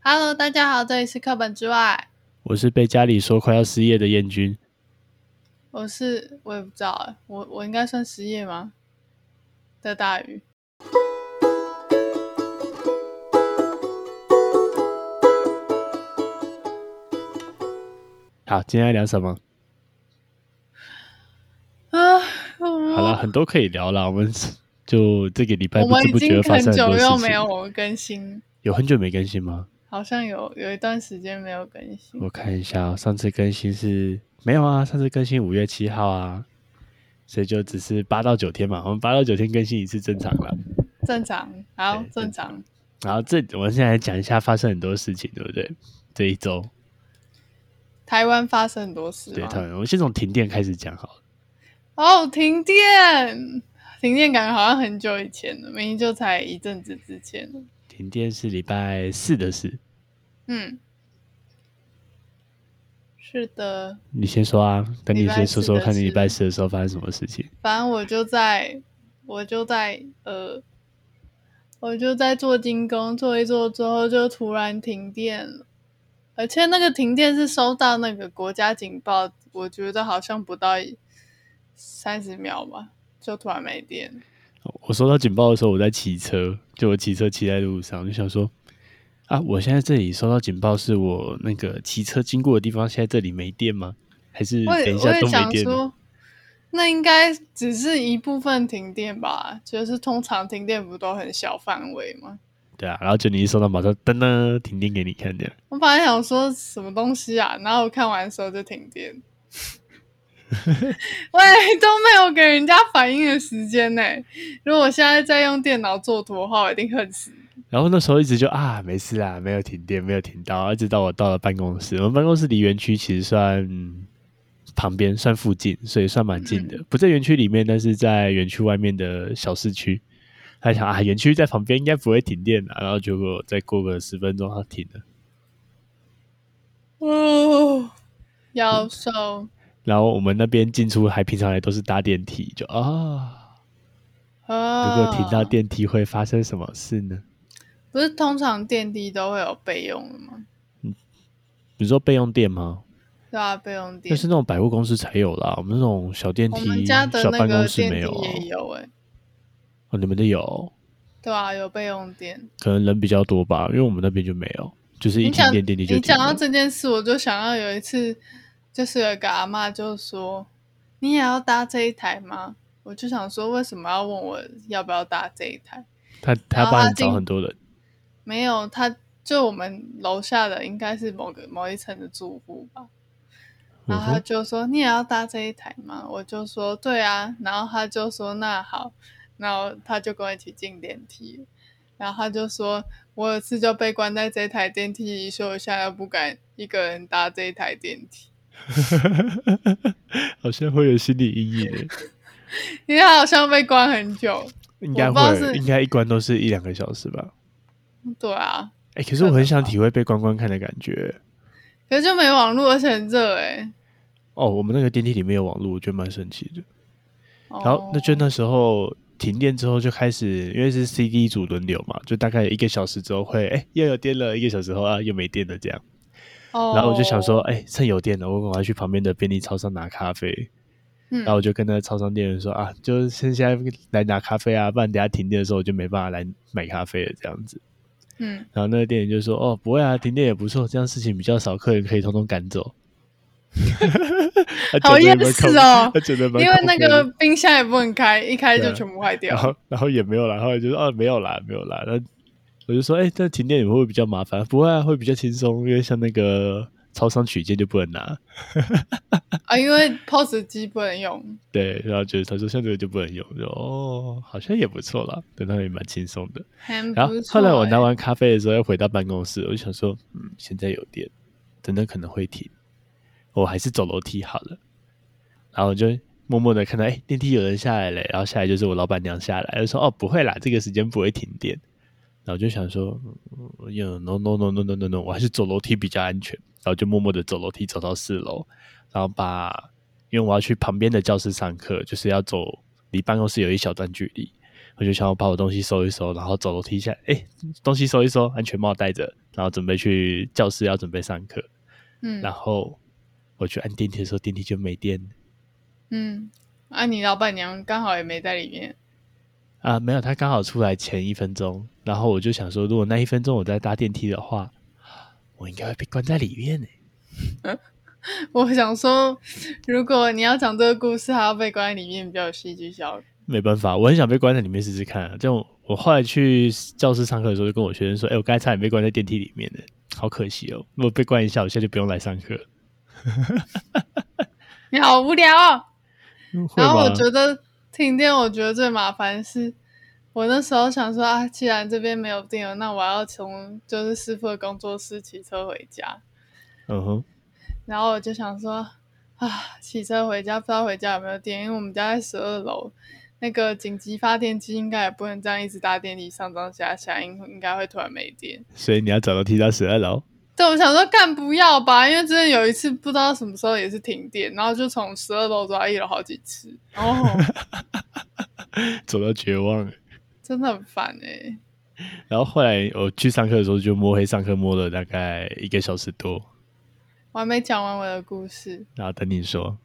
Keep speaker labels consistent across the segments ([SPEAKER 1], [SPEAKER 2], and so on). [SPEAKER 1] Hello，大家好，这里是课本之外，
[SPEAKER 2] 我是被家里说快要失业的燕君，
[SPEAKER 1] 我是我也不知道欸，我我应该算失业吗？的大鱼，
[SPEAKER 2] 好，今天要聊什么？
[SPEAKER 1] 啊，
[SPEAKER 2] 好
[SPEAKER 1] 好
[SPEAKER 2] 了，，很多可以聊了。我们就这个礼拜
[SPEAKER 1] 我
[SPEAKER 2] 不
[SPEAKER 1] 们
[SPEAKER 2] 知
[SPEAKER 1] 已
[SPEAKER 2] 不觉
[SPEAKER 1] 经
[SPEAKER 2] 发
[SPEAKER 1] 很
[SPEAKER 2] 生很
[SPEAKER 1] 久
[SPEAKER 2] 多
[SPEAKER 1] 又
[SPEAKER 2] 事情。
[SPEAKER 1] 没有我们更新，
[SPEAKER 2] 有很久没更新吗？
[SPEAKER 1] 好像有有一段时间没有更新，
[SPEAKER 2] 我看一下、哦，上次更新是没有啊，上次更新五月七号啊，所以就只是八到九天嘛。我们八到九天更新一次正常了。
[SPEAKER 1] 正常，好
[SPEAKER 2] 对，
[SPEAKER 1] 正
[SPEAKER 2] 正
[SPEAKER 1] 常，
[SPEAKER 2] 然后这我们现在来讲一下发生很多事情，对不对？这一周，
[SPEAKER 1] 台湾发生很多事
[SPEAKER 2] 对，
[SPEAKER 1] 吗
[SPEAKER 2] 他？们，我们先从停电开始讲好了。
[SPEAKER 1] 哦，停电，停电感觉好像很久以前了，明明就才一阵子之前了，
[SPEAKER 2] 停电是礼拜四的事，
[SPEAKER 1] 嗯，是的，
[SPEAKER 2] 你先说啊，等你
[SPEAKER 1] 礼拜
[SPEAKER 2] 先说
[SPEAKER 1] 四
[SPEAKER 2] 说
[SPEAKER 1] 的
[SPEAKER 2] 看你礼
[SPEAKER 1] 事
[SPEAKER 2] 拜四的时候发生什么事情。
[SPEAKER 1] 反正我就在，我就在呃，我就在做精工，做一做之后就突然停电了，而且那个停电是收到那个国家警报，我觉得好像不到三十秒吧，就突然没电了。
[SPEAKER 2] 嗯我收到警报的时候，我在骑车，就我骑车骑在路上，我就想说，啊，我现在这里收到警报，是我那个骑车经过的地方，现在这里没电吗？还是
[SPEAKER 1] 我
[SPEAKER 2] 等
[SPEAKER 1] 也
[SPEAKER 2] 一
[SPEAKER 1] 我
[SPEAKER 2] 下
[SPEAKER 1] 也
[SPEAKER 2] 都没
[SPEAKER 1] 想
[SPEAKER 2] 电了？
[SPEAKER 1] 说，那应该只是一部分停电吧，就是通常停电不都很小范围吗？
[SPEAKER 2] 对啊，然后就你一收到，马上噔噔停电给你看这样。
[SPEAKER 1] 我本来想说什么东西啊，然后我看完的时候就停电。喂，都没有给人家反应的时间呢、如果我现在在用电脑做图的话，我一定恨死。
[SPEAKER 2] 然后那时候一直就啊，没事啦，没有停电，没有停到，一直到我到了办公室。我们办公室离园区其实算嗯旁边，算附近，所以算蛮近的，
[SPEAKER 1] 嗯
[SPEAKER 2] 不在园区里面，但是在园区外面的小市区。还想啊，园区在旁边应该不会停电啊的、然后结果再过个十分钟，它停了。
[SPEAKER 1] 哦，要受
[SPEAKER 2] 然后我们那边进出还平常来都是搭电梯，就啊，
[SPEAKER 1] 啊！
[SPEAKER 2] 如果停到，电梯会发生什么事呢？
[SPEAKER 1] 不是通常电梯都会有备用的吗？
[SPEAKER 2] 你说备用电吗？
[SPEAKER 1] 对啊，备用电
[SPEAKER 2] 那。是那种百货公司才有啦，我们那种小电
[SPEAKER 1] 我
[SPEAKER 2] 梯、
[SPEAKER 1] 们家的
[SPEAKER 2] 小
[SPEAKER 1] 那
[SPEAKER 2] 办
[SPEAKER 1] 个
[SPEAKER 2] 公室
[SPEAKER 1] 电
[SPEAKER 2] 没有、
[SPEAKER 1] 梯
[SPEAKER 2] 啊。
[SPEAKER 1] 也有哎、
[SPEAKER 2] 哦，你们的有，
[SPEAKER 1] 对啊，有备用电。
[SPEAKER 2] 可能人比较多吧，因为我们那边就没有，就是一
[SPEAKER 1] 你
[SPEAKER 2] 停
[SPEAKER 1] 讲
[SPEAKER 2] 电电梯就
[SPEAKER 1] 你
[SPEAKER 2] 停
[SPEAKER 1] 讲到
[SPEAKER 2] 了。
[SPEAKER 1] 这件事，我就想到有一次，就是有一个阿嬷就说：“你也要搭这一台吗？”我就想说，为什么要问我要不要搭这一台？
[SPEAKER 2] 他
[SPEAKER 1] 然
[SPEAKER 2] 他
[SPEAKER 1] 后
[SPEAKER 2] 帮
[SPEAKER 1] 他
[SPEAKER 2] 你找
[SPEAKER 1] 进
[SPEAKER 2] 很多人，
[SPEAKER 1] 没有，他就我们楼下的应该是某个某一层的住户吧。然
[SPEAKER 2] 嗯
[SPEAKER 1] 后他
[SPEAKER 2] 哼，
[SPEAKER 1] 就说：“你也要搭这一台吗？”我就说：“对啊。”然后他就说：“那好。”然后他就跟我一起进电梯。然后他就说：“我有次就被关在这台电梯里，所以我现在不敢一个人搭这一台电梯。
[SPEAKER 2] 好像会有心理阴影欸，
[SPEAKER 1] 因为他好像被关很久。
[SPEAKER 2] 应
[SPEAKER 1] 我
[SPEAKER 2] 该
[SPEAKER 1] 不知道
[SPEAKER 2] 会，
[SPEAKER 1] 是
[SPEAKER 2] 应该一关都是一两个小时吧。
[SPEAKER 1] 对啊，
[SPEAKER 2] 哎、可是我很想体会被关关看的感觉。
[SPEAKER 1] 可是就没网络，而且很热哎、
[SPEAKER 2] 哦，我们那个电梯里面有网络，我觉得蛮神奇的。然后
[SPEAKER 1] 哦
[SPEAKER 2] 那就那时候停电之后就开始，因为是 CD 组轮流嘛，就大概一个小时之后会，哎、又有电了，一个小时后啊又没电了这样。
[SPEAKER 1] 哦，
[SPEAKER 2] 然后我就想说，哎、趁有电了，我赶快去旁边的便利超商拿咖啡。
[SPEAKER 1] 嗯
[SPEAKER 2] 然后我就跟那个超商店员说啊，就是现在来拿咖啡啊，不然等下停电的时候我就没办法来买咖啡了这样子。
[SPEAKER 1] 嗯，
[SPEAKER 2] 然后那个店员就说哦，不会啊，停电也不错，这样事情比较少，客人可以通通赶走。 他
[SPEAKER 1] 好
[SPEAKER 2] 觉得
[SPEAKER 1] 厌
[SPEAKER 2] 蛮
[SPEAKER 1] 世
[SPEAKER 2] 靠
[SPEAKER 1] 哦
[SPEAKER 2] 他觉得蛮
[SPEAKER 1] 因为那
[SPEAKER 2] 靠
[SPEAKER 1] 个
[SPEAKER 2] 北的，
[SPEAKER 1] 冰箱也不能开，一开
[SPEAKER 2] 对
[SPEAKER 1] 就
[SPEAKER 2] 啊
[SPEAKER 1] 全部坏掉
[SPEAKER 2] 然。后然后也没有啦，后来就说哦没有啦，没有啦。那我就说哎，那停电也会比较麻烦，不会啊，会比较轻松，因为像那个超商取件就不能拿。
[SPEAKER 1] 啊，因为 POS 机不能用。
[SPEAKER 2] 对，然后就是他说像这个就不能用，我就哦，好像也不错啦，对，那也蛮轻松的。
[SPEAKER 1] 很
[SPEAKER 2] 然后
[SPEAKER 1] 不错
[SPEAKER 2] 后来我拿
[SPEAKER 1] 欸
[SPEAKER 2] 完咖啡的时候，要回到办公室，我就想说，嗯，现在有电，等等可能会停，我还是走楼梯好了。然后我就默默的看到，哎、电梯有人下来了，然后下来就是我老板娘下来，就说，哦，不会啦，这个时间不会停电。然后我就想说，嗯有 no no no no no no no，我还是走楼梯比较安全。然后就默默的走楼梯走到四楼，然后把，因为我要去旁边的教室上课，就是要走离办公室有一小段距离，我我就想要把我东西收一收，然后走楼梯下来，哎，东西收一收，安全帽戴着，然后准备去教室要准备上课，
[SPEAKER 1] 嗯
[SPEAKER 2] 然后我去按电梯的时候，电梯就没电
[SPEAKER 1] 嗯，啊，你老板娘刚好也没在里面，
[SPEAKER 2] 啊，没有，他刚好出来前一分钟，然后我就想说，如果那一分钟我在搭电梯的话，我应该会被关在里面呢。
[SPEAKER 1] 我想说，如果你要讲这个故事，还要被关在里面，比较有戏剧效果。
[SPEAKER 2] 没办法，我很想被关在里面试试看、啊。这样我我后来去教室上课的时候，就跟我学生说：“哎、我刚才差点被关在电梯里面的，好可惜哦！如果被关一下，我现在就不用来上课。
[SPEAKER 1] 你好无聊哦。”
[SPEAKER 2] 会
[SPEAKER 1] 然后我
[SPEAKER 2] 吗
[SPEAKER 1] 觉得停电，我觉得最麻烦是，我那时候想说啊，既然这边没有电了，那我要从就是师傅的工作室骑车回家。
[SPEAKER 2] 嗯哼，
[SPEAKER 1] 然后我就想说啊，骑车回家不知道回家有没有电，因为我们家在十二楼，那个紧急发电机应该也不能这样一直搭电梯上上下下，应应该会突然没电。
[SPEAKER 2] 所以你要找楼梯到十二楼。
[SPEAKER 1] 对，我想说干不要吧，因为真的有一次不知道什么时候也是停电，然后就从十二楼走到一楼好几次，哦，
[SPEAKER 2] 走到绝望了。
[SPEAKER 1] 真的很烦哎、
[SPEAKER 2] 然后后来我去上课的时候，就摸黑上课，摸了大概一个小时多。
[SPEAKER 1] 我还没讲完我的故事，
[SPEAKER 2] 然后等你说，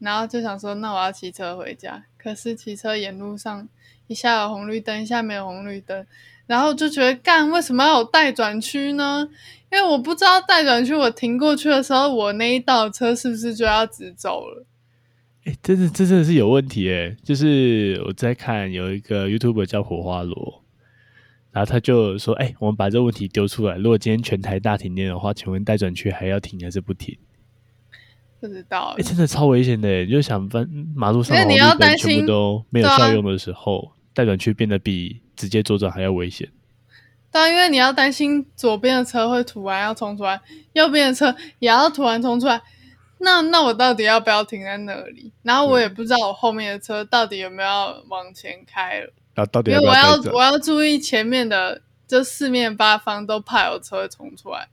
[SPEAKER 1] 然后就想说，那我要骑车回家。可是骑车沿路上一下有红绿灯，一下没有红绿灯，然后就觉得干为什么要有待转区呢？因为我不知道待转区，我停过去的时候，我那一道车是不是就要直走了？
[SPEAKER 2] 哎、真的这真的是有问题哎、就是我在看有一个 YouTube 叫火花罗，然后他就说：“哎、我们把这个问题丢出来，如果今天全台大停电的话，请问待转区还要停还是不停？”
[SPEAKER 1] 不知道
[SPEAKER 2] 哎、，真的超危险的欸，你就想翻马路上
[SPEAKER 1] 因
[SPEAKER 2] 的
[SPEAKER 1] 为你
[SPEAKER 2] 红
[SPEAKER 1] 要
[SPEAKER 2] 绿灯
[SPEAKER 1] 担
[SPEAKER 2] 全部
[SPEAKER 1] 心
[SPEAKER 2] 都没有
[SPEAKER 1] 对啊
[SPEAKER 2] 效用的时候，待转区变得比直接左转还要危险。
[SPEAKER 1] 啊但因为你要担心左边的车会突然要冲出来，右边的车也要突然冲出来。那那我到底要不要停在那里？然后我也不知道我后面的车到底有没有要往前开了。
[SPEAKER 2] 然后到底
[SPEAKER 1] 因
[SPEAKER 2] 要
[SPEAKER 1] 为
[SPEAKER 2] 不
[SPEAKER 1] 我
[SPEAKER 2] 要
[SPEAKER 1] 要
[SPEAKER 2] 待转
[SPEAKER 1] 我？要注意前面的，就四面八方都怕有车冲出 来。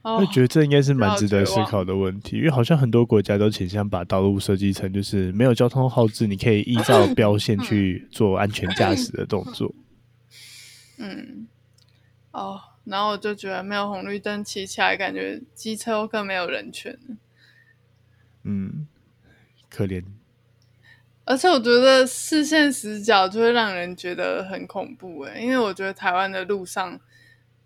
[SPEAKER 1] 哦
[SPEAKER 2] 我，觉得这应该是蛮
[SPEAKER 1] 到
[SPEAKER 2] 值得
[SPEAKER 1] 绝
[SPEAKER 2] 思
[SPEAKER 1] 望
[SPEAKER 2] 考的问题，因为好像很多国家都倾向把道路设计成就是没有交通号志，你可以依 照标线去做安全驾驶的动作。
[SPEAKER 1] 嗯，哦，然后我就觉得没有红绿灯骑起来，感觉机车更没有人权了。
[SPEAKER 2] 嗯，可怜。
[SPEAKER 1] 而且我觉得视线死角就会让人觉得很恐怖欸诶、因为我觉得台湾的路上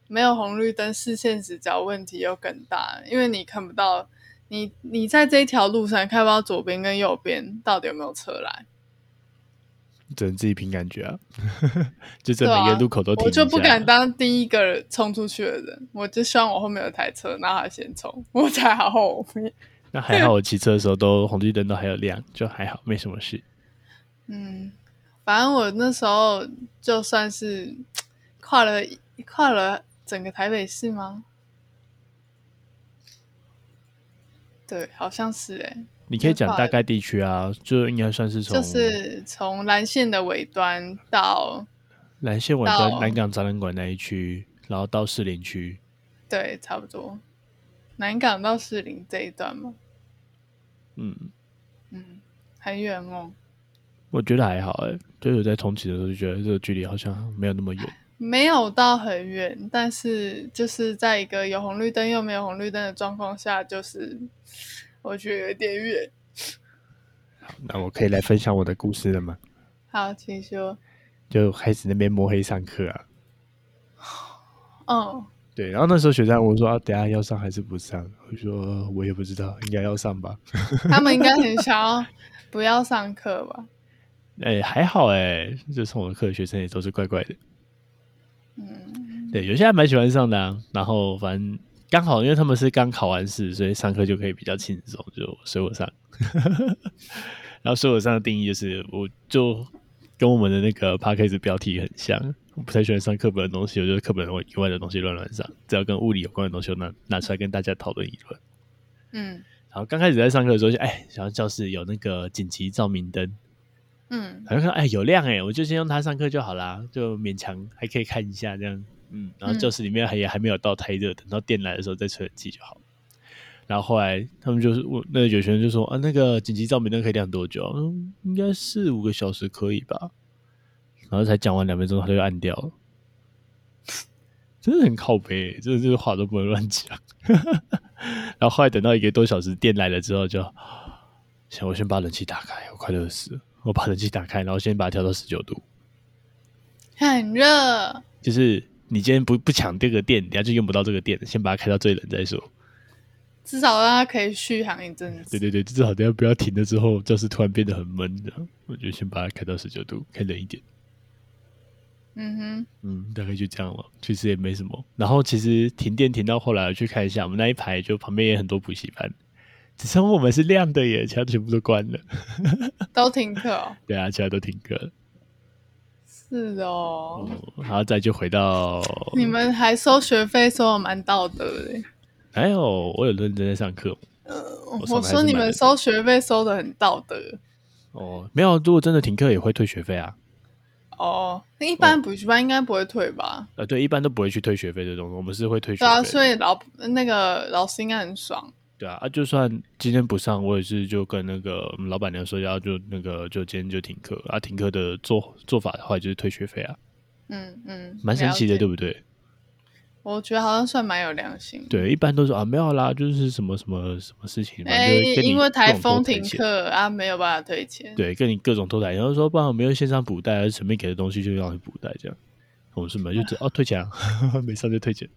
[SPEAKER 1] 没有红绿灯，视线死角问题又更大，因为你看不到你你在这一条路上看不到左边跟右边到底有没有车来。
[SPEAKER 2] 只能自己凭感觉啊， 就这
[SPEAKER 1] 对啊
[SPEAKER 2] 每个路口都停、
[SPEAKER 1] 我就不敢。当第一个冲出去的人，我就希望我后面有台车，然后他先冲，我才好后面。
[SPEAKER 2] 那还好，我骑车的时候都红绿灯都还有亮，就还好，没什么事。
[SPEAKER 1] 嗯，反正我那时候就算是跨了跨了整个台北市吗？对，好像是哎、
[SPEAKER 2] 你可以
[SPEAKER 1] 就
[SPEAKER 2] 讲
[SPEAKER 1] 跨
[SPEAKER 2] 大
[SPEAKER 1] 了
[SPEAKER 2] 概地区啊，就应该算是从
[SPEAKER 1] 就是从蓝线的尾端到
[SPEAKER 2] 蓝线尾端
[SPEAKER 1] 到
[SPEAKER 2] 南港展览馆那一区，然后到士林区，
[SPEAKER 1] 对，差不多南港到士林这一段嘛，
[SPEAKER 2] 嗯，
[SPEAKER 1] 嗯，很远哦。
[SPEAKER 2] 我觉得还好哎、就是在通勤的时候就觉得这个距离好像没有那么远，
[SPEAKER 1] 没有到很远，但是就是在一个有红绿灯又没有红绿灯的状况下，就是我觉得有点远。
[SPEAKER 2] 那我可以来分享我的故事了吗？
[SPEAKER 1] 好，请说。
[SPEAKER 2] 就开始那边摸黑上课啊，
[SPEAKER 1] 嗯，
[SPEAKER 2] 对，然后那时候学长问我说啊，等一下要上还是不上？我说呃我也不知道，应该要上吧。
[SPEAKER 1] 他们应该很想要不要上课吧？
[SPEAKER 2] 哎、还好哎、就上我的课的学生也都是怪怪的，
[SPEAKER 1] 嗯，
[SPEAKER 2] 对，有些还蛮喜欢上的、啊。然后反正刚好因为他们是刚考完试，所以上课就可以比较轻松，就随我上。 然后随我上的定义就是，我就跟我们的那个 p a c k a g e 标题很像，我不太喜欢上课本的东西，我觉得课本以外的东西乱乱上，只要跟物理有关的东西，我拿拿出来跟大家讨论议论。
[SPEAKER 1] 嗯
[SPEAKER 2] 然后刚开始在上课的时候就，哎，想要教室有那个紧急照明灯，
[SPEAKER 1] 嗯
[SPEAKER 2] 好像看哎有亮哎，我就先用它上课就好啦，就勉强还可以看一下这样，嗯，然后
[SPEAKER 1] 嗯
[SPEAKER 2] 教室里面还也还没有到太热，等到电来的时候再吹冷气就好。然后后来他们就是我那个有学生就说啊，那个紧急照明灯可以亮多久啊？嗯，应该四五个小时可以吧。然然后才讲完两分钟，他就按掉了，真的很靠背、欸，真的就是话都不能乱讲。 然后后来等到一个多小时电来了之后就，想我先把冷气打开，我快热死了，我把冷气打开，然后先把它调到十九度，
[SPEAKER 1] 很热，
[SPEAKER 2] 就是你今天不不抢这个电，等下就用不到这个电了，先把它开到最冷再说。
[SPEAKER 1] 至少让它可以续航一阵
[SPEAKER 2] 对
[SPEAKER 1] 子。
[SPEAKER 2] 对对，至少等下不要停了之后，教室突然变得很闷的，我就先把它开到十九度，开冷一点。
[SPEAKER 1] 嗯哼，
[SPEAKER 2] 嗯，大概就这样了，其实也没什么。然后其实停电停到后来，我去看一下，我们那一排就旁边也很多补习班，只剩我们是亮的耶，其他全部都关了。
[SPEAKER 1] 都停课 哦。
[SPEAKER 2] 对啊，其他都停课了。
[SPEAKER 1] 是哦，
[SPEAKER 2] 哦，然后再就回到，
[SPEAKER 1] 你们还收学费，收的蛮道德的。
[SPEAKER 2] 还有哎我有认真在上课我上
[SPEAKER 1] 我说
[SPEAKER 2] 班还是
[SPEAKER 1] 你
[SPEAKER 2] 蛮
[SPEAKER 1] 们
[SPEAKER 2] 认
[SPEAKER 1] 收学费收的很道德
[SPEAKER 2] 哦，没有，如果真的停课也会退学费啊。
[SPEAKER 1] 哦。那一般补习班应该不会退吧？
[SPEAKER 2] 呃，对，一般都不会去退学费这种，我们是会退学
[SPEAKER 1] 对
[SPEAKER 2] 费的。
[SPEAKER 1] 啊，所以老那个老师应该很爽。
[SPEAKER 2] 对啊，啊，就算今天不上，我也是就跟那个我们老板娘说，要就那个就今天就停课啊。停课的做做法的话，就是退学费啊，
[SPEAKER 1] 嗯嗯，
[SPEAKER 2] 蛮神奇的，
[SPEAKER 1] 了解
[SPEAKER 2] 对不对？
[SPEAKER 1] 我觉得好像算蛮有良心。，
[SPEAKER 2] 对，一般都说啊没有啦，就是什么什么什么事情，反
[SPEAKER 1] 哎、
[SPEAKER 2] 正就是跟你
[SPEAKER 1] 因为台风
[SPEAKER 2] 各种
[SPEAKER 1] 停
[SPEAKER 2] 拖台前，
[SPEAKER 1] 课啊，没有办法退钱。
[SPEAKER 2] 对，跟你各种拖台，然后说不然我们用线上补带，还是前面给的东西就让你补带这样。我们是没有就只哦退钱、啊， 没上就退钱，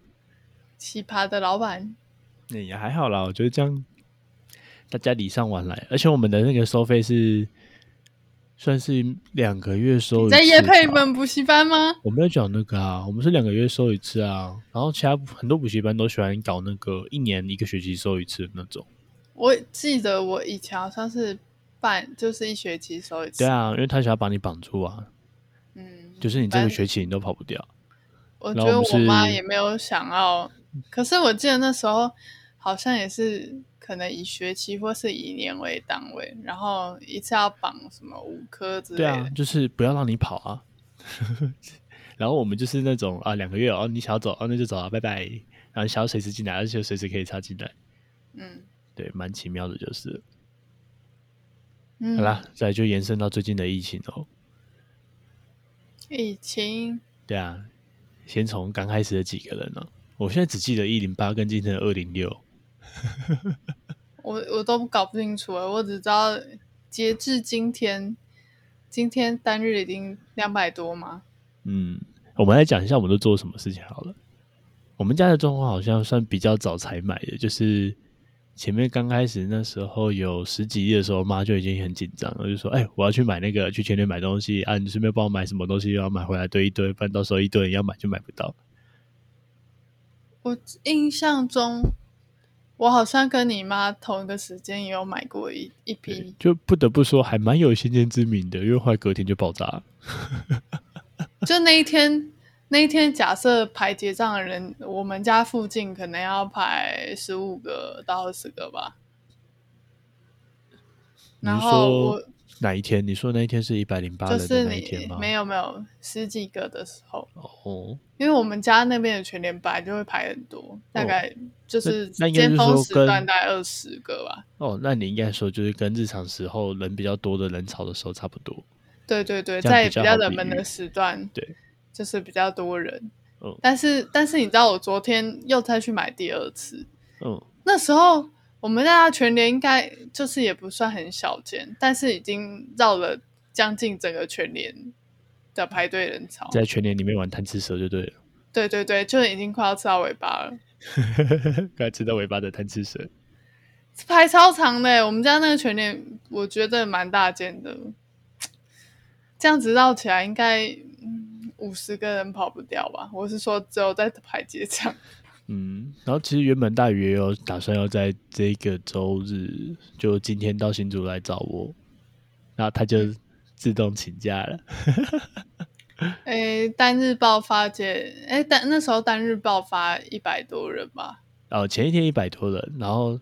[SPEAKER 1] 奇葩的老板，
[SPEAKER 2] 那、也还好啦，我觉得这样大家礼尚往来，而且我们的那个收费是算是两个月收
[SPEAKER 1] 你
[SPEAKER 2] 一
[SPEAKER 1] 在夜
[SPEAKER 2] 次
[SPEAKER 1] 配
[SPEAKER 2] 吧
[SPEAKER 1] 本补习班吗？
[SPEAKER 2] 我没有讲那个啊，我们是两个月收一次啊，然后其他很多补习班都喜欢搞那个一年一个学期收一次的那种。
[SPEAKER 1] 我记得我以前好像是半，就是一学期收一次。
[SPEAKER 2] 对，啊，因为他想要把你绑住啊，
[SPEAKER 1] 嗯，
[SPEAKER 2] 就是你这个
[SPEAKER 1] 反
[SPEAKER 2] 学期你都跑不掉。
[SPEAKER 1] 我
[SPEAKER 2] 然
[SPEAKER 1] 觉
[SPEAKER 2] 后
[SPEAKER 1] 得
[SPEAKER 2] 我们
[SPEAKER 1] 我妈
[SPEAKER 2] 是嗯
[SPEAKER 1] 也没有想要，可是我记得那时候好像也是可能以学期或是以年为单位，然后一次要绑什么五科之类
[SPEAKER 2] 对
[SPEAKER 1] 的。
[SPEAKER 2] 啊，就是不要让你跑啊。 然后我们就是那种啊，两个月哦，你想要走哦，那就走啊，拜拜。然后想要随时进来，而且随时可以插进来，
[SPEAKER 1] 嗯
[SPEAKER 2] 对，蛮奇妙的，就是了。
[SPEAKER 1] 嗯，
[SPEAKER 2] 好啦，再来就延伸到最近的疫情哦。
[SPEAKER 1] 疫情
[SPEAKER 2] 对啊，先从刚开始的几个人呢、我现在只记得一零八跟今天的二零六。
[SPEAKER 1] 我我都搞不清楚了，我只知道截至今天，今天单日已经两百多嘛。
[SPEAKER 2] 嗯，我们来讲一下我们都做什么事情好了。我们家的状况好像算比较早才买的，就是前面刚开始那时候有十几亿的时候，妈就已经很紧张了，就说：“哎、我要去买那个，去全联买东西啊，你顺便帮我买什么东西，又要买回来堆一堆，不然到时候一堆人要买就买不到。
[SPEAKER 1] 我印象中，我好像跟你妈同一个时间也有买过一一”
[SPEAKER 2] 对
[SPEAKER 1] 批，，
[SPEAKER 2] 就不得不说还蛮有先见之明的，因为后来隔天就爆炸了。
[SPEAKER 1] 就那一天，那一天假设排结账的人，我们家附近可能要排十五个到二十个吧。
[SPEAKER 2] 你是
[SPEAKER 1] 然后
[SPEAKER 2] 说
[SPEAKER 1] 我
[SPEAKER 2] 哪一天？你说那一天是一百零八
[SPEAKER 1] 就
[SPEAKER 2] 人
[SPEAKER 1] 是
[SPEAKER 2] 的那一天
[SPEAKER 1] 你
[SPEAKER 2] 吗？
[SPEAKER 1] 没有没有十几个的时候，
[SPEAKER 2] 哦，
[SPEAKER 1] 因为我们家那边的全联排就会排很多，大概就是
[SPEAKER 2] 那那应该就是
[SPEAKER 1] 尖峰
[SPEAKER 2] 说
[SPEAKER 1] 时段
[SPEAKER 2] 跟
[SPEAKER 1] 大概二十个吧。
[SPEAKER 2] 哦，那你应该说就是跟日常时候人比较多的人潮的时候差不多。
[SPEAKER 1] 对对对，
[SPEAKER 2] 这样
[SPEAKER 1] 在
[SPEAKER 2] 比
[SPEAKER 1] 比
[SPEAKER 2] 较
[SPEAKER 1] 较
[SPEAKER 2] 好
[SPEAKER 1] 冷
[SPEAKER 2] 比
[SPEAKER 1] 门
[SPEAKER 2] 喻
[SPEAKER 1] 的时段，
[SPEAKER 2] 对，
[SPEAKER 1] 就是比较多人。
[SPEAKER 2] 嗯
[SPEAKER 1] 但是但是你知道，我昨天又再去买第二次，
[SPEAKER 2] 嗯，
[SPEAKER 1] 那时候我们那家全联应该就是也不算很小间，但是已经绕了将近整个全联的排队人潮。
[SPEAKER 2] 在全年里面玩贪吃蛇就对了，
[SPEAKER 1] 对对对，就已经快要吃到尾巴了，
[SPEAKER 2] 刚才吃到尾巴的贪吃蛇。
[SPEAKER 1] 排超长的欸。我们家那个全联，我觉得蛮大间的，这样子绕起来应该嗯五十、50个人跑不掉吧？我是说，只有在排结账。
[SPEAKER 2] 嗯，然后其实原本大鱼也有打算要在这个周日，就今天到新竹来找我，那他就自动请假了。
[SPEAKER 1] 诶，单日爆发节，诶，单那时候单日爆发一百多人吧，
[SPEAKER 2] 哦，前一天一百多人，然后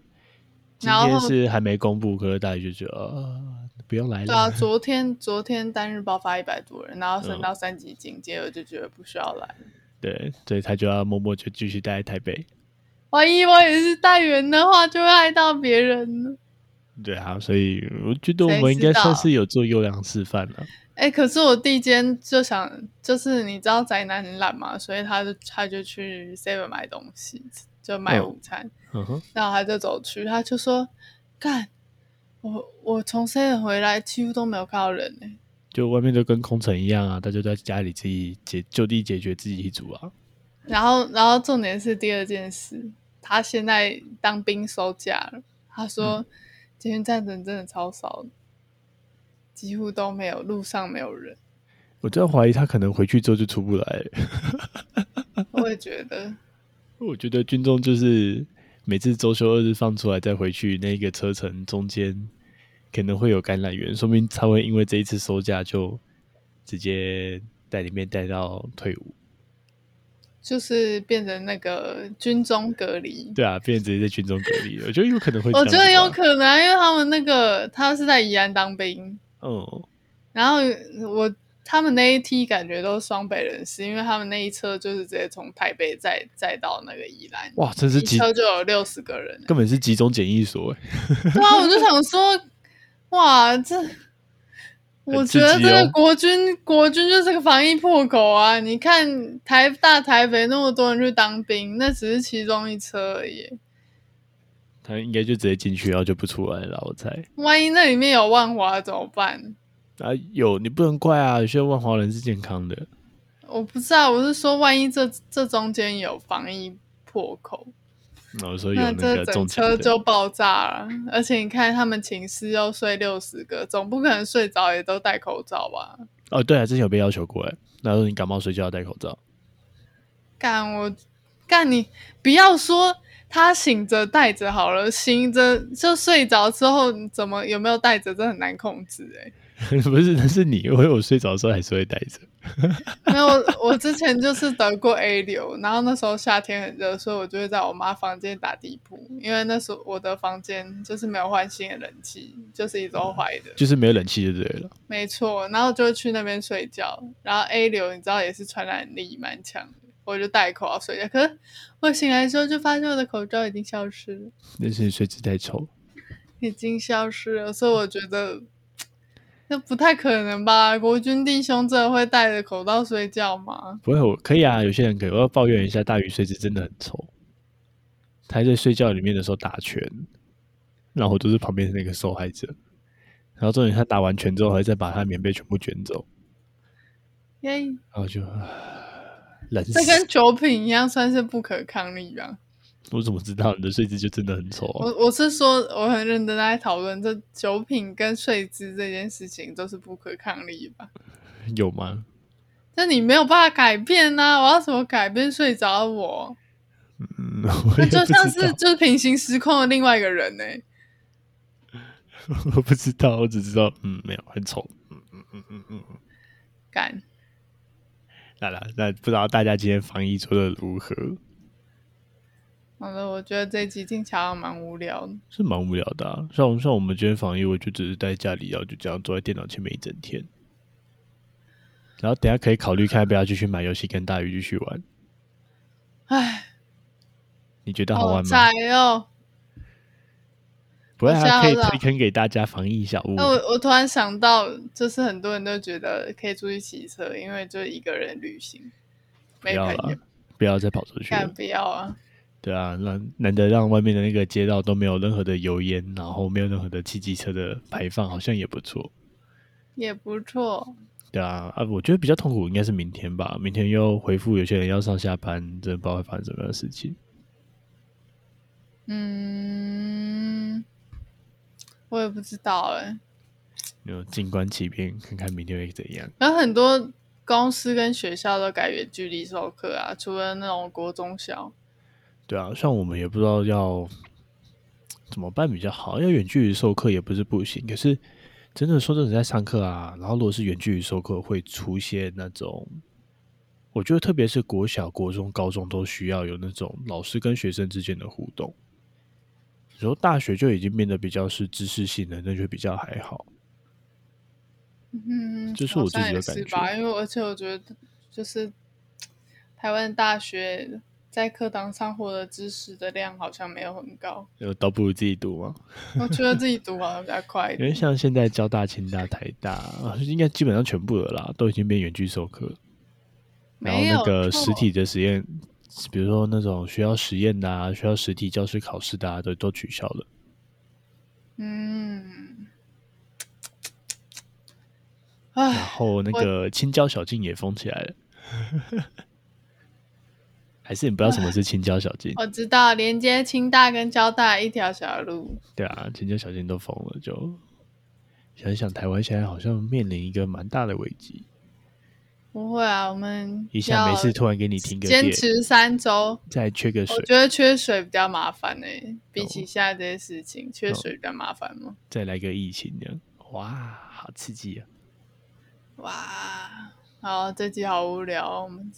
[SPEAKER 2] 今
[SPEAKER 1] 然
[SPEAKER 2] 天
[SPEAKER 1] 后
[SPEAKER 2] 是还没公布，可是大鱼就觉得、呃、不用来
[SPEAKER 1] 对啊，
[SPEAKER 2] 了。
[SPEAKER 1] 昨天昨天单日爆发一百多人，然后升到三级警戒，我就觉得不需要来。
[SPEAKER 2] 对，所以他就要默默就继续待在台北。
[SPEAKER 1] 万一我也是带员的话，就会害到别人了。
[SPEAKER 2] 对啊，所以我觉得我们
[SPEAKER 1] 谁
[SPEAKER 2] 应
[SPEAKER 1] 知
[SPEAKER 2] 该算
[SPEAKER 1] 道
[SPEAKER 2] 是有做优良示范了。
[SPEAKER 1] 哎、可是我弟今天就想，就是你知道宅男很懒嘛，所以他就他就去 Seven 买东西，就买
[SPEAKER 2] 嗯
[SPEAKER 1] 午餐，
[SPEAKER 2] 嗯哼，
[SPEAKER 1] 然后他就走去，他就说：“干，我我从 Seven 回来几乎都没有看到人欸呢、
[SPEAKER 2] 就外面就跟空城一样啊，大家都在家里自己解就地解决自己组啊。
[SPEAKER 1] 然后，然后重点是第二件事，他现在当兵收假了。他说，捷运站人真的超少的，几乎都没有，路上没有人。
[SPEAKER 2] 我真的怀疑他可能回去之后就出不来 了。
[SPEAKER 1] 我也觉得，
[SPEAKER 2] 我觉得军中就是每次周休二日放出来再回去那个车程中间，可能会有感染源，说明他会因为这一次收假就直接在里面待到退伍。
[SPEAKER 1] 就是变成那个军中隔 离。
[SPEAKER 2] 对啊，变成直接在军中隔离了。我觉得有可能会这
[SPEAKER 1] 我
[SPEAKER 2] 样子
[SPEAKER 1] 觉
[SPEAKER 2] 吧，
[SPEAKER 1] 得有可能啊，因为他们那个他是在宜兰当兵，
[SPEAKER 2] 嗯，
[SPEAKER 1] 然后我他们那一梯感觉都是双北人士，因为他们那一车就是直接从台北载载到那个宜兰，
[SPEAKER 2] 哇，真
[SPEAKER 1] 一
[SPEAKER 2] 是集，
[SPEAKER 1] 车就有六十个 人。
[SPEAKER 2] 根本是集中检疫所欸，
[SPEAKER 1] 对啊，我就想说，哇，这我
[SPEAKER 2] 刺
[SPEAKER 1] 觉得
[SPEAKER 2] 激
[SPEAKER 1] 这
[SPEAKER 2] 哦
[SPEAKER 1] 个国军国军就是个防疫破口啊！你看台大台北那么多人去当兵，那只是其中一车而已。
[SPEAKER 2] 他应该就直接进去，然后就不出来了，我猜。
[SPEAKER 1] 万一那里面有万华怎么办？
[SPEAKER 2] 啊，有你不能怪啊，有些万华人是健康的，
[SPEAKER 1] 我不知道，我是说，万一这这中间有防疫破口，
[SPEAKER 2] 然后说有
[SPEAKER 1] 那
[SPEAKER 2] 那
[SPEAKER 1] 这
[SPEAKER 2] 个
[SPEAKER 1] 整
[SPEAKER 2] 中
[SPEAKER 1] 车
[SPEAKER 2] 枪的
[SPEAKER 1] 就，爆炸了。而且你看，他们寝室又睡六十个，总不可能睡着也都戴口罩吧？
[SPEAKER 2] 哦，对啊，之前有被要求过哎，然后说你感冒睡觉要戴口罩，
[SPEAKER 1] 干我干你！不要说他醒着戴着好了，醒着就睡着之后你怎么有没有戴着，这很难控制哎、
[SPEAKER 2] 不是，那是你，因为我睡着的时候还是会戴着。
[SPEAKER 1] 没有，我我之前就是得过 A 流，然后那时候夏天很热，所以我就会在我妈房间打地铺，因为那时候我的房间就是没有换新的冷气，就是一周坏的，
[SPEAKER 2] 就是没有冷气就对了。
[SPEAKER 1] 没错。然后就去那边睡觉，然后 A 流你知道也是传染力蛮强的，我就戴口罩睡觉。可是我醒来的时候就发现我的口罩已经消失了。
[SPEAKER 2] 那是睡姿太丑，
[SPEAKER 1] 已经消失了，所以我觉得那不太可能吧？国军弟兄真的会戴着口罩睡觉吗？
[SPEAKER 2] 不会，我可以啊，有些人可以。我要抱怨一下，大鱼睡姿真的很丑。他在睡觉里面的时候打拳，然后我就是旁边的那个受害者。然后重点，他打完拳之后，还再把他的棉被全部卷走，
[SPEAKER 1] 因为
[SPEAKER 2] 然后就唉冷死
[SPEAKER 1] 这。跟酒品一样，算是不可抗力吧。
[SPEAKER 2] 我怎么知道你的睡姿就真的很丑、啊？
[SPEAKER 1] 我我是说，我很认真地在讨论这酒品跟睡姿这件事情都是不可抗力吧。
[SPEAKER 2] 有吗？
[SPEAKER 1] 那你没有办法改变呐、我要怎么改变睡着的我？
[SPEAKER 2] 嗯，我
[SPEAKER 1] 那
[SPEAKER 2] 也
[SPEAKER 1] 就
[SPEAKER 2] 不
[SPEAKER 1] 像
[SPEAKER 2] 知
[SPEAKER 1] 是
[SPEAKER 2] 道
[SPEAKER 1] 就是平行时空的另外一个人呢、
[SPEAKER 2] 我不知道，我只知道，嗯，没有，很丑。嗯嗯嗯嗯嗯。嗯
[SPEAKER 1] 干，
[SPEAKER 2] 那啦，那不知道大家今天防疫做的如何？
[SPEAKER 1] 好了，我觉得这一集听起来好像蛮无聊的。
[SPEAKER 2] 是蛮无聊的、啊。像像我们今天防疫，我就只是待在家里，然后就这样坐在电脑前面一整天。然后等一下可以考虑看要不要继续买游戏跟大鱼继续玩，
[SPEAKER 1] 唉。
[SPEAKER 2] 你觉得好
[SPEAKER 1] 好
[SPEAKER 2] 玩吗？
[SPEAKER 1] 宅哦！
[SPEAKER 2] 不会
[SPEAKER 1] 我吓
[SPEAKER 2] 啊，可以
[SPEAKER 1] 到
[SPEAKER 2] 推坑给大家防疫小屋
[SPEAKER 1] 那。我我突然想到，就是很多人都觉得可以出去骑车，因为就一个人旅行，
[SPEAKER 2] 不
[SPEAKER 1] 没
[SPEAKER 2] 要
[SPEAKER 1] 朋
[SPEAKER 2] 了
[SPEAKER 1] 友，，
[SPEAKER 2] 不要再跑出去
[SPEAKER 1] 干
[SPEAKER 2] 了。
[SPEAKER 1] 不要啊！
[SPEAKER 2] 对啊，让难得让外面的那个街道都没有任何的油烟，然后没有任何的汽机车的排放，好像也不错。
[SPEAKER 1] 也不错，
[SPEAKER 2] 对啊，啊，我觉得比较痛苦应该是明天吧，明天又回复有些人要上下班，真的不知道会发生什么样的事情。
[SPEAKER 1] 嗯，我也不知道哎、
[SPEAKER 2] 就静观其变，看看明天会怎样。
[SPEAKER 1] 有很多公司跟学校都改远距离授课啊，除了那种国中小，
[SPEAKER 2] 对啊，像我们也不知道要怎么办比较好，要远距离授课也不是不行，可是真的说真的在上课啊，然后如果是远距离授课，会出现那种，我觉得特别是国小、国中、高中都需要有那种老师跟学生之间的互动。然后大学就已经变得比较是知识性的，那就比较还好。
[SPEAKER 1] 嗯，
[SPEAKER 2] 这是
[SPEAKER 1] 好
[SPEAKER 2] 我自
[SPEAKER 1] 像
[SPEAKER 2] 己的
[SPEAKER 1] 也
[SPEAKER 2] 感
[SPEAKER 1] 是
[SPEAKER 2] 觉
[SPEAKER 1] 吧，因为而且我觉得就是台湾大学在课堂上获得知识的量好像没有很高，
[SPEAKER 2] 就呃倒不如自己读嘛。
[SPEAKER 1] 我觉得自己读好像比较快一
[SPEAKER 2] 因为
[SPEAKER 1] 点。
[SPEAKER 2] 像现在交大、清大、台大，啊应该基本上全部了啦，都已经变远距授课了。然后
[SPEAKER 1] 没有
[SPEAKER 2] 那个
[SPEAKER 1] 错
[SPEAKER 2] 实体的实验，比如说那种需要实验的啊，需要实体教师考试的啊，都都取消了。
[SPEAKER 1] 嗯，
[SPEAKER 2] 然
[SPEAKER 1] 唉，
[SPEAKER 2] 后那
[SPEAKER 1] 我
[SPEAKER 2] 个青椒小径也封起来了。 还是你不知道什么是青椒小径？
[SPEAKER 1] 我知道连接清大跟交大一条小路，
[SPEAKER 2] 对啊，青椒小径都封了，就想一想台湾现在好像面临一个蛮大的危机。
[SPEAKER 1] 不会啊，我们
[SPEAKER 2] 一下没
[SPEAKER 1] 要
[SPEAKER 2] 事，突然给你停个
[SPEAKER 1] 坚
[SPEAKER 2] 电，
[SPEAKER 1] 持三周。
[SPEAKER 2] 再缺个水
[SPEAKER 1] 我，觉得缺水比较麻烦呢、比
[SPEAKER 2] 哦
[SPEAKER 1] 起现在这些事情，缺水比较麻烦吗？
[SPEAKER 2] 再来个疫情这样，哇，好刺激啊！
[SPEAKER 1] 哇，好，这集好无聊哦，我们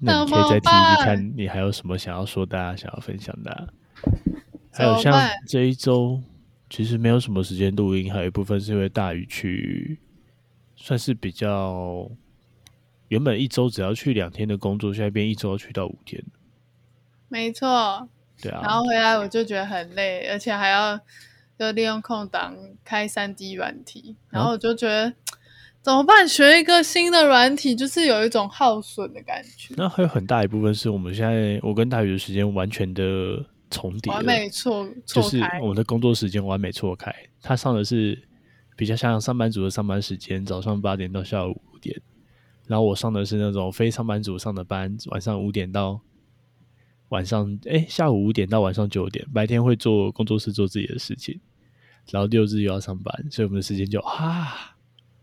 [SPEAKER 2] 那你
[SPEAKER 1] 怎
[SPEAKER 2] 可以
[SPEAKER 1] 么
[SPEAKER 2] 再提
[SPEAKER 1] 办
[SPEAKER 2] 提看，你还有什么想要说的、啊，想要分享的、啊？
[SPEAKER 1] 怎
[SPEAKER 2] 还有
[SPEAKER 1] 么
[SPEAKER 2] 像
[SPEAKER 1] 办
[SPEAKER 2] 这一周，其实没有什么时间录音，还有一部分是因为大雨去，算是比较原本一周只要去两天的工作，现在变一周要去到五天，
[SPEAKER 1] 没错。
[SPEAKER 2] 对
[SPEAKER 1] 然
[SPEAKER 2] 啊
[SPEAKER 1] 后，回来我就觉得很累，而且还要就利用空档开三 D 软体，
[SPEAKER 2] 哦
[SPEAKER 1] 然后我就觉得、怎么办？学一个新的软体，就是有一种耗损的感觉。
[SPEAKER 2] 那还有很大一部分是我们现在我跟大宇的时间完全的重叠了，
[SPEAKER 1] 完美错
[SPEAKER 2] 就
[SPEAKER 1] 错
[SPEAKER 2] 是
[SPEAKER 1] 开，
[SPEAKER 2] 我的工作时间完美错开，他上的是比较像上班族的上班时间，早上八点到下午五点，然后我上的是那种非上班族上的班，晚上五点到晚上，哎，下午五点到晚上九点，白天会做工作室做自己的事情，然后六日又要上班，所以我们的时间就啊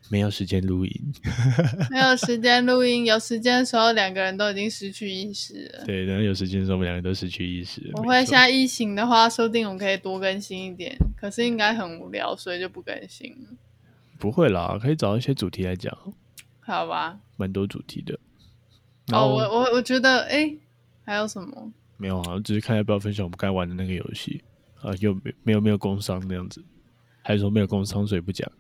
[SPEAKER 2] 没有时间录音，
[SPEAKER 1] 没有时间录音，有时间的时候两个人都已经失去意识了。
[SPEAKER 2] 对，然后有时间的时候我们两个都失去意识了，
[SPEAKER 1] 我
[SPEAKER 2] 没
[SPEAKER 1] 会
[SPEAKER 2] 错
[SPEAKER 1] 现在一醒的话，说不定我们可以多更新一点，可是应该很无聊，所以就不更新了，
[SPEAKER 2] 不会啦，可以找一些主题来讲，
[SPEAKER 1] 好吧？
[SPEAKER 2] 蛮多主题的。然
[SPEAKER 1] 哦，
[SPEAKER 2] 后
[SPEAKER 1] 我我我觉得，哎、还有什么？
[SPEAKER 2] 没有啊，我只是看要不要分享我们该玩的那个游戏啊，又没没有没有工伤那样子，还是说没有工伤所以不讲？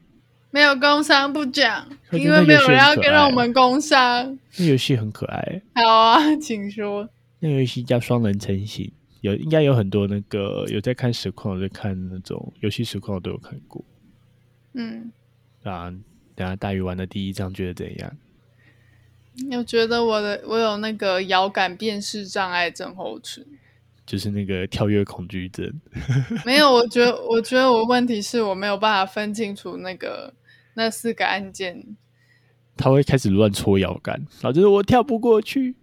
[SPEAKER 1] 没有工伤不讲，
[SPEAKER 2] 可是
[SPEAKER 1] 因为没有人要
[SPEAKER 2] 那个游戏很可哎爱
[SPEAKER 1] 跟让我们工伤。
[SPEAKER 2] 那游戏很可爱，
[SPEAKER 1] 好啊，请说。
[SPEAKER 2] 那游戏叫双人成行，有应该有很多那个有在看实况，有在看那种游戏实况，我都有看过
[SPEAKER 1] 嗯，
[SPEAKER 2] 啊。等下大鱼玩的第一章觉得怎样？
[SPEAKER 1] 我觉得我的我有那个遥感辨识障碍症候群。
[SPEAKER 2] 就是那个跳跃恐惧症，
[SPEAKER 1] 没有，我觉得我觉得我问题是我没有办法分清楚那个那四个按键。
[SPEAKER 2] 他会开始乱戳摇杆，然后就是我跳不过去，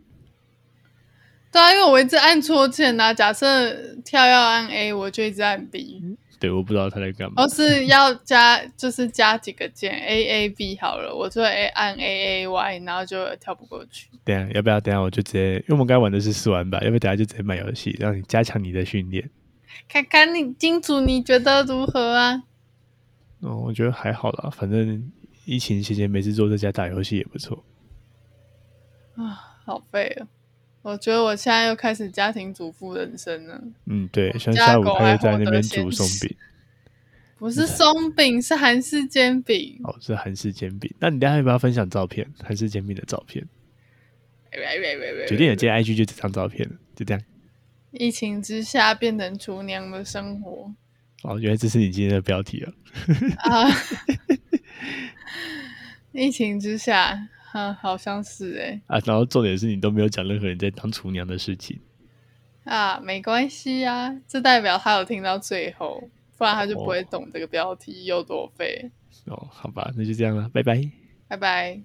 [SPEAKER 1] 对啊，因为我一直按错键呐、啊。假设跳要按 A，我就一直按 B。
[SPEAKER 2] 对，我不知道他在干嘛
[SPEAKER 1] 或。是要加，就是加几个键 A A B 好了，我就 A 按 A A Y，然后就跳不过去。
[SPEAKER 2] 等一下要不要？等一下我就直接，因为我们刚玩的是试玩版，要不要等一下就直接买游戏，让你加强你的训练？
[SPEAKER 1] 看看你金主你觉得如何啊？
[SPEAKER 2] 哦，我觉得还好啦，反正疫情期间没事做，在家打游戏也不错。
[SPEAKER 1] 啊，好废哦！我觉得我现在又开始家庭主妇人生了，
[SPEAKER 2] 嗯，对，像
[SPEAKER 1] 家
[SPEAKER 2] 下午
[SPEAKER 1] 哦狗
[SPEAKER 2] 他
[SPEAKER 1] 还
[SPEAKER 2] 又在
[SPEAKER 1] 获
[SPEAKER 2] 那
[SPEAKER 1] 得
[SPEAKER 2] 边
[SPEAKER 1] 先
[SPEAKER 2] 煮松
[SPEAKER 1] 吃
[SPEAKER 2] 饼，
[SPEAKER 1] 不是松饼，是韩式煎饼。
[SPEAKER 2] 哦，是韩式煎饼。那你等一下要不要分享照片？韩式煎饼的照片，决定了，
[SPEAKER 1] 呃
[SPEAKER 2] 今天 IG 就这张照片了，就这样。
[SPEAKER 1] 疫情之下变成厨娘的生活
[SPEAKER 2] 哦，原来这是你今天的标题啊！
[SPEAKER 1] 啊！疫情之下，嗯，好像是哎、
[SPEAKER 2] 啊，然后重点是你都没有讲任何人在当厨娘的事情，
[SPEAKER 1] 啊，没关系啊，这代表他有听到最后，不然他就不会
[SPEAKER 2] 哦
[SPEAKER 1] 懂这个标题有多废。
[SPEAKER 2] 哦，好吧，那就这样了，拜拜。
[SPEAKER 1] 拜拜。